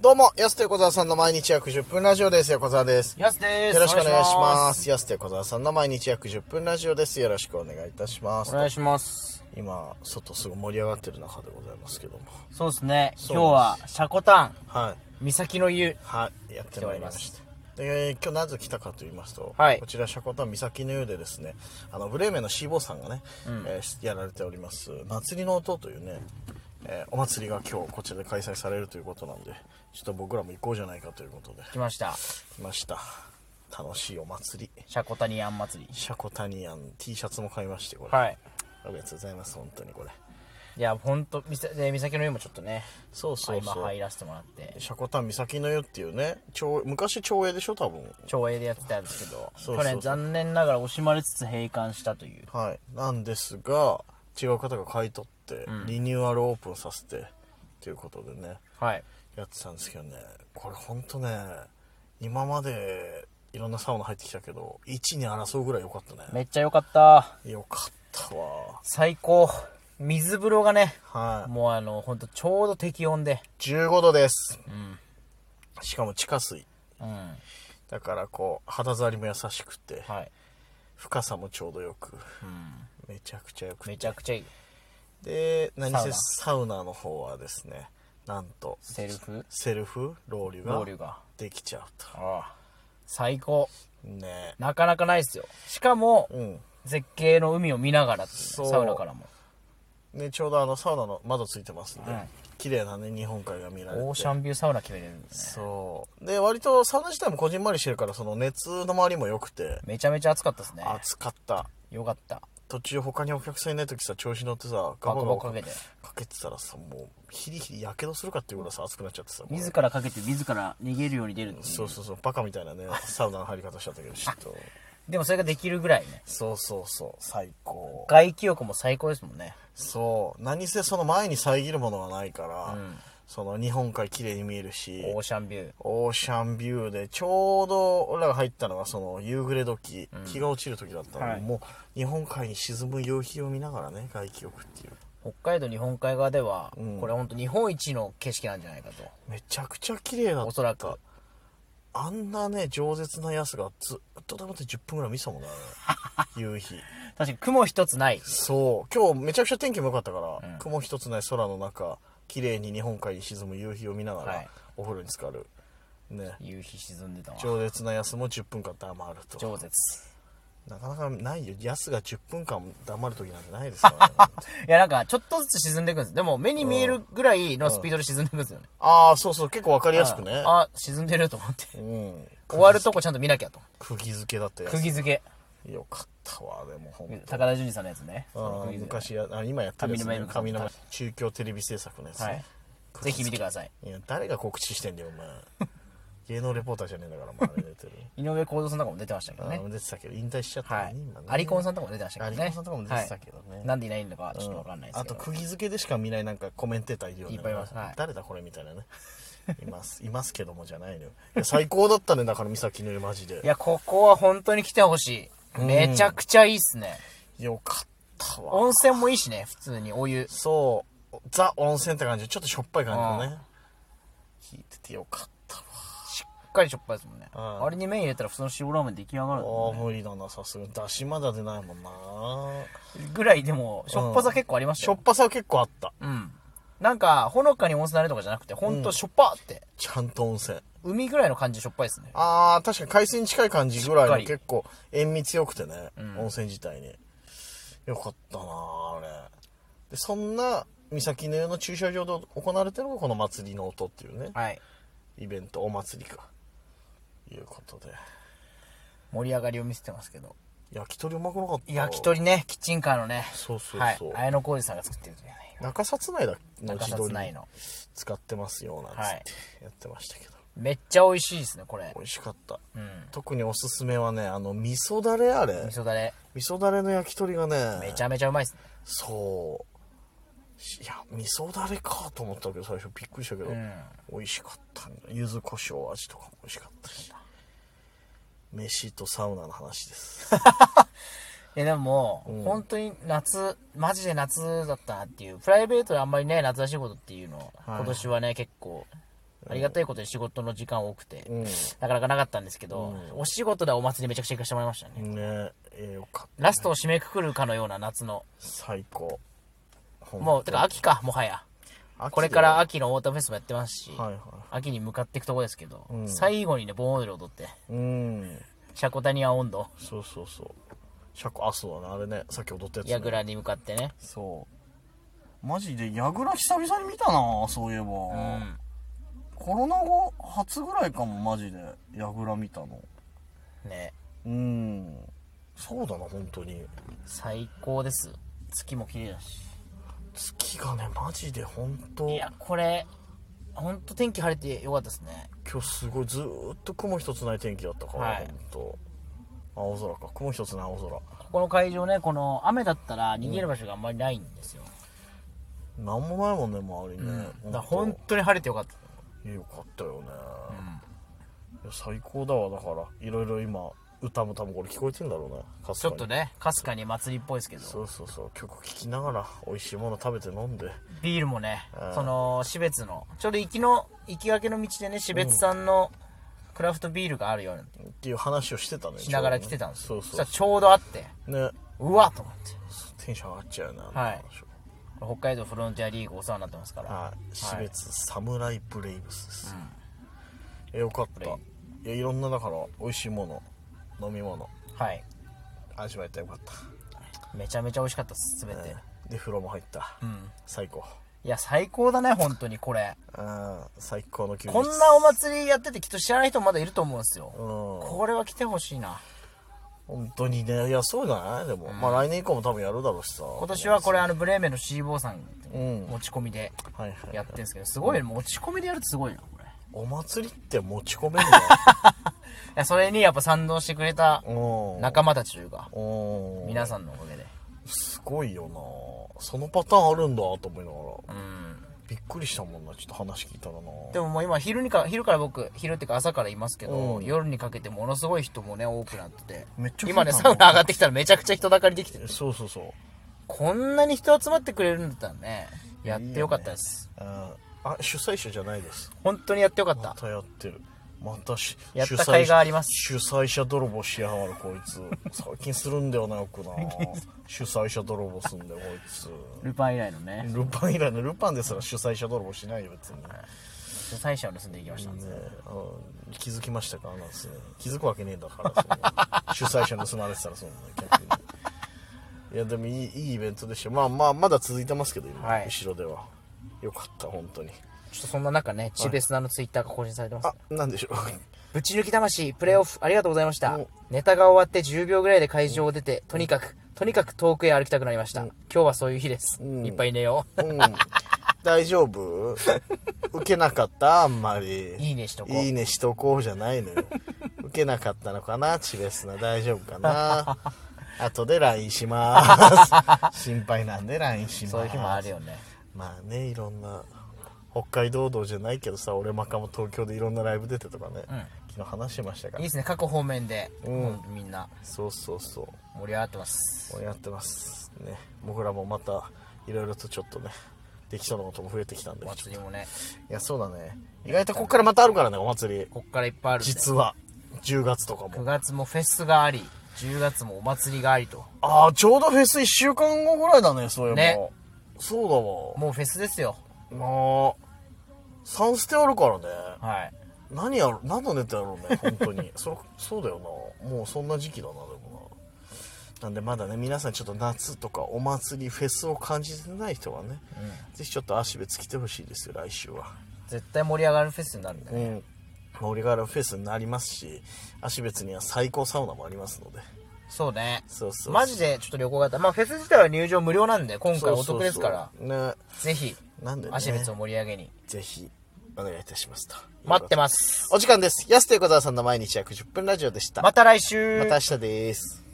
どうも、安手小沢さんの毎日約10分ラジオです。横澤です。やすです。。よろしくお願いしますす。安手小沢さんの毎日約10分ラジオです。よろしくお願いいたしますお。願いします。今、外すごい盛り上がってる中でございますけども。そうですね。そう今日は、シャコタン、はい。三崎の湯。はい。やってまいりました。で今日なぜ来たかと言いますと、はいこちらシャコタン岬の湯でですねあのブレーメンのシーボーさんがね、えーやられております祭りの音というね、えーお祭りが今日こちらで開催されるということなんでちょっと僕らも行こうじゃないかということで来ました。来ました楽しいお祭りシャコタニアン祭り。シャコタニアン T シャツも買いましてこれ、はい。ありがとうございます本当にこれいや、ほんと、みさで三崎の湯もちょっとね、そうそう今そう、入らせてもらって、シャコタン岬の湯っていうね町昔町営でしょ多分町営でやってたんですけど、そうそう去年残念ながら惜しまれつつ閉館したという。はいなんですが違う方が買い取って、リニューアルオープンさせてということでねはい。やってたんですけどねこれほんとね今までいろんなサウナ入ってきたけど1に争うぐらい良かったねめっちゃ良かった。良かったわ最高。水風呂がね、はいもうあの、ほんとちょうど適温で。 15度ですうん。しかも地下水うん。だからこう肌触りも優しくて、はい。深さもちょうどよくうん。めちゃくちゃよくめてちゃくちゃいい。で何せサウナサウナの方はですねなんとセルフセルフロウリュロウリュがが。できちゃうとああ最高ねなかなかないっすよしかも、うん絶景の海を見ながらっていうそうサウナからもねちょうどあのサウナの窓ついてますんで、はい綺麗なね日本海が見られてオーシャンビューサウナ決めれるんですねそうで割とサウナ自体もこじんまりしてるからその熱の回りも良くてめちゃめちゃ暑かったですね暑かったよかった途中他にお客さんいない時さ調子乗ってさバカバかカかけてかけてたらさもうヒリヒリやけどするかっていうぐらいさ熱くなっちゃってさこれ自らかけて自ら逃げるように出るっていうそうそうそうバカみたいなねサウナの入り方しちゃったけどちょっとでもそれができるぐらいねそうそうそう最高外気浴も最高ですもんねそう何せその前に遮るものはないから、うんその日本海綺麗に見えるしオーシャンビューオーシャンビューでちょうど俺らが入ったのがその夕暮れ時、日が落ちる時だったので、はいもう日本海に沈む夕日を見ながらね外気浴っていう北海道日本海側では、うんこれ本当日本一の景色なんじゃないかとめちゃくちゃ綺麗だったおそらくあんなね饒舌なやつがずっと黙って10分ぐらい見てたもんね 夕日確かに雲一つないそう今日めちゃくちゃ天気も良かったから、雲一つない空の中綺麗に日本海に沈む夕日を見ながら、はいお風呂に浸かるね夕日沈んでたわ饒舌なやつも10分間黙ると上絶なかなかないよやすが10分間黙る時なんてないですから、ね、 いやなんかちょっとずつ沈んでいくんですでも目に見えるぐらいのスピードで沈んでいくんですよね、ああそうそう結構わかりやすくねあ沈んでると思 ってうん終わるとこちゃんと見なきゃと 釘付けだったや釘つ付よかったわでもほんけと高田純次さんのやつねそのあー釘付け昔やあ今やってるやつ、ね、上上沼沼恵美子さ中京テレビ制作のやつね、はいぜひ見てくださいいや誰が告知してんだよお前芸能レポーターじゃねえんだからお前あれ出て る井上公造さんとかも出てましたけどねあー出てたけど引退しちゃったのはいね今ねアリコンさんとかも出てましたけどねアリコンさんとかも出てたけどねはいなんでいないのかはちょっとわかんないですあけどと釘付けでしか見ないなんかコメンテーターいるよねいっぱいいますはい誰だこれみたいなね いますいますけどもじゃないのよいや最高だったねだから岬の湯マジでいやここは本当に来てほしいめちゃくちゃいいっすねよかったわ温泉もいいしね普通にお湯そうザ温泉って感じちょっとしょっぱい感じのね聞いててよかったわしっかりしょっぱいですもんねうんあれに麺入れたら普通の塩ラーメン出来上がるああ無理だなさすがにだしまだ出ないもんなぐらいでもしょっぱさ結構ありまししたょよっぱさは結構あったうん。なんか、ほのかに温泉あれとかじゃなくて、ほんとしょっぱって、ちゃんと温泉海ぐらいの感じでしょっぱいですね。ああ確かに海水に近い感じぐらいしっのかり結構塩味強くてね、温泉自体によかったなああれでそんな岬の湯の駐車場で行われてるのがこの祭りの音っていうねはい。イベントお祭りかいうことで盛り上がりを見せてますけど。焼き鳥うまくなかった焼き鳥ね、キッチンカーのね。そうそうはいそう。綾野浩二さんが作ってるじゃないよ。中札内だの中自札撮内りの。使ってますよなんつはっいてやってましたけど、めっちゃ美味しいですね、これ美。味しかった、うん。特におすすめはねあの味噌だれあれ味噌だれ、味噌だれの焼き鳥がねめちゃめちゃうまいですね。そうしいや味噌だれかと思ったけど最初びっくりしたけど、ん美味しかったね柚子胡椒味とかも美味しかったし飯とサウナの話ですえ、でも、本当に夏、マジで夏だったなっていう。プライベートであんまりね、夏らしいことっていうのを、い今年はね、結構、ありがたいことに仕事の時間多くて、んなかなかなかったんですけど、お仕事でお祭りめちゃくちゃ行かせてもらいましたね。ねえよかったラストを締めくくるかのような夏の、最高もう、てか秋か、もはや。うこれから秋のオータムフェスもやってますし、はいはい秋に向かっていくとこですけど、最後にね、盆踊り踊って、うんシャコタニア温度、そうそうそうシャコあそうだなあれねさっき踊ったやつ、ね、ヤグラに向かってね。そうマジで矢倉久々に見たなそういえば、うん。コロナ後初ぐらいかもマジで矢倉見たのね、うんそうだな本当に最高です。月も綺麗だし。月がねマジで本当いや、これ、ほんと天気晴れてよかったですね。今日すごいずーっと雲一つない天気だったから、はい本当青空か雲一つない青ここの会場ね、この雨だったら逃げる場所があんまりないんですよ。空なんもないもんね周りね、だからほん本当に晴れてよかった。いやよかったよね、いや最高だわだからいろいろ今歌も多分これ聞こえてんだろうなかすちかょにっとね、かすかに祭りっぽいですけど、そうそうそう曲聴きながら美味しいもの食べて飲んでビールもね、その、標別の、ちょうど行きの、行きがけの道でね、標別さんのクラフトビールがあるようにっていう話をしてたねしながら来てたんですそよ。うそしそたうらちょうどあって、ねうわっと思って。テンション上がっちゃうよねあのはい話北海道フロンティアリーグお世話になってますから。はい、死別サムライブレイブスです、えよかったいレやいろんなだから美味しいもの飲み物はい。味わえてよかった、めちゃめちゃ美味しかったです、すべて。ねで風呂も入った、最高いや、最高だね、本当にこれ。うん最高の休日こんなお祭りやっててきっと知らない人もまだいると思うんですよ。うんこれは来てほしいな。本当にねいやそうじゃないでも、まあ来年以降も多分やるだろうしさ今年はこれ、あの、ブレーメンのシーボーさん、うん持ち込みではいはいやってんですけど、すごいね、持ち込みでやるってすごいな、これ。いお祭りって持ち込めるや、それにやっぱ賛同してくれたのう ん仲間たちというか、うん皆さんのおかげで。すごいよなそのパターンあるんだと思いながらうん。びっくりしたもんなちょっと話聞いたらなでももう今昼にか、昼から僕、昼っていうか朝からいますけど、うん夜にかけてものすごい人もね、多くなってて。めっちゃ増えた今なね、サウナ上がってきたらめちゃくちゃ人だかりできてる。そうそうそうこんなに人集まってくれるんだったらね、やってよかったです。ああ主催者じゃないです本当にやってよかっまた。たやってるまたしやった主催者甲斐があります主催者泥棒しやがるこいつ最近するんだよなよ くな主催者泥棒すんだよこいつルパン以来のね、ルパン以来のルパンですら主催者泥棒しないよ別にね主催者を盗んでいきました。あの気づきましたかなんですね気づくわけねえんだからその主催者盗まれてたらそんな逆にいやでもいいいいイベントでしたまあまあまだ続いてますけど今、はい後ろではよかった本当にちょっとそんな中ね、チベスナのツイッターが更新されてます。あなんでしょうぶち抜き魂、プレーオフ、ありがとうございましたお。ネタが終わって10秒ぐらいで会場を出て、とにかく、とにかく遠くへ歩きたくなりました。今日はそういう日です。んいっぱい寝よう。うん、大丈夫受けなかったあんまりいいねしとこういいねしとこうじゃないのよ受けなかったのかなチベスナ大丈夫か な後で LINE します心配なんで LINE しますそういう日もあるよね。まあねいろんな北海道道じゃないけどさ俺マカも東京でいろんなライブ出てとかね、昨日話してましたかいいらですね、各方面で、もうみんなそうそうそう盛り上がってます。俺やってますね僕らもまたいろいろとちょっとねできそうなことも増えてきたんでお祭りもね、いや、そうだね。意外とこっからまたあるからね、お祭り。こっからいっぱいあるんで。実は。10月とか9も。月もフェスがあり、10月もお祭りがありと。ああ、ちょうどフェス1週間後ぐらいだね、そういえば。ねそうだわ。もうフェスですよ。まあ、サンステあるからね。はい。何やろ、何のネタやろうね、本当に。 そ、そうだよな。もうそんな時期だな、でもな。なんでまだね、皆さんちょっと夏とかお祭り、フェスを感じてない人はね、ぜひちょっと足別来てほしいですよ、来週は。絶対盛り上がるフェスになるんだね。うん、森ガラフェスになりますし足別には最高サウナもありますのでそうね。そうそうマジでちょっと旅行型。まあフェス自体は入場無料なんで、今回おそうそうそう得ですから、ねぜひ、なんでね足別を盛り上げに。ぜひお願いいたしますと待ってまます。お時間です安と横澤さんの毎日約10分ラジオでしたまた来週また明日です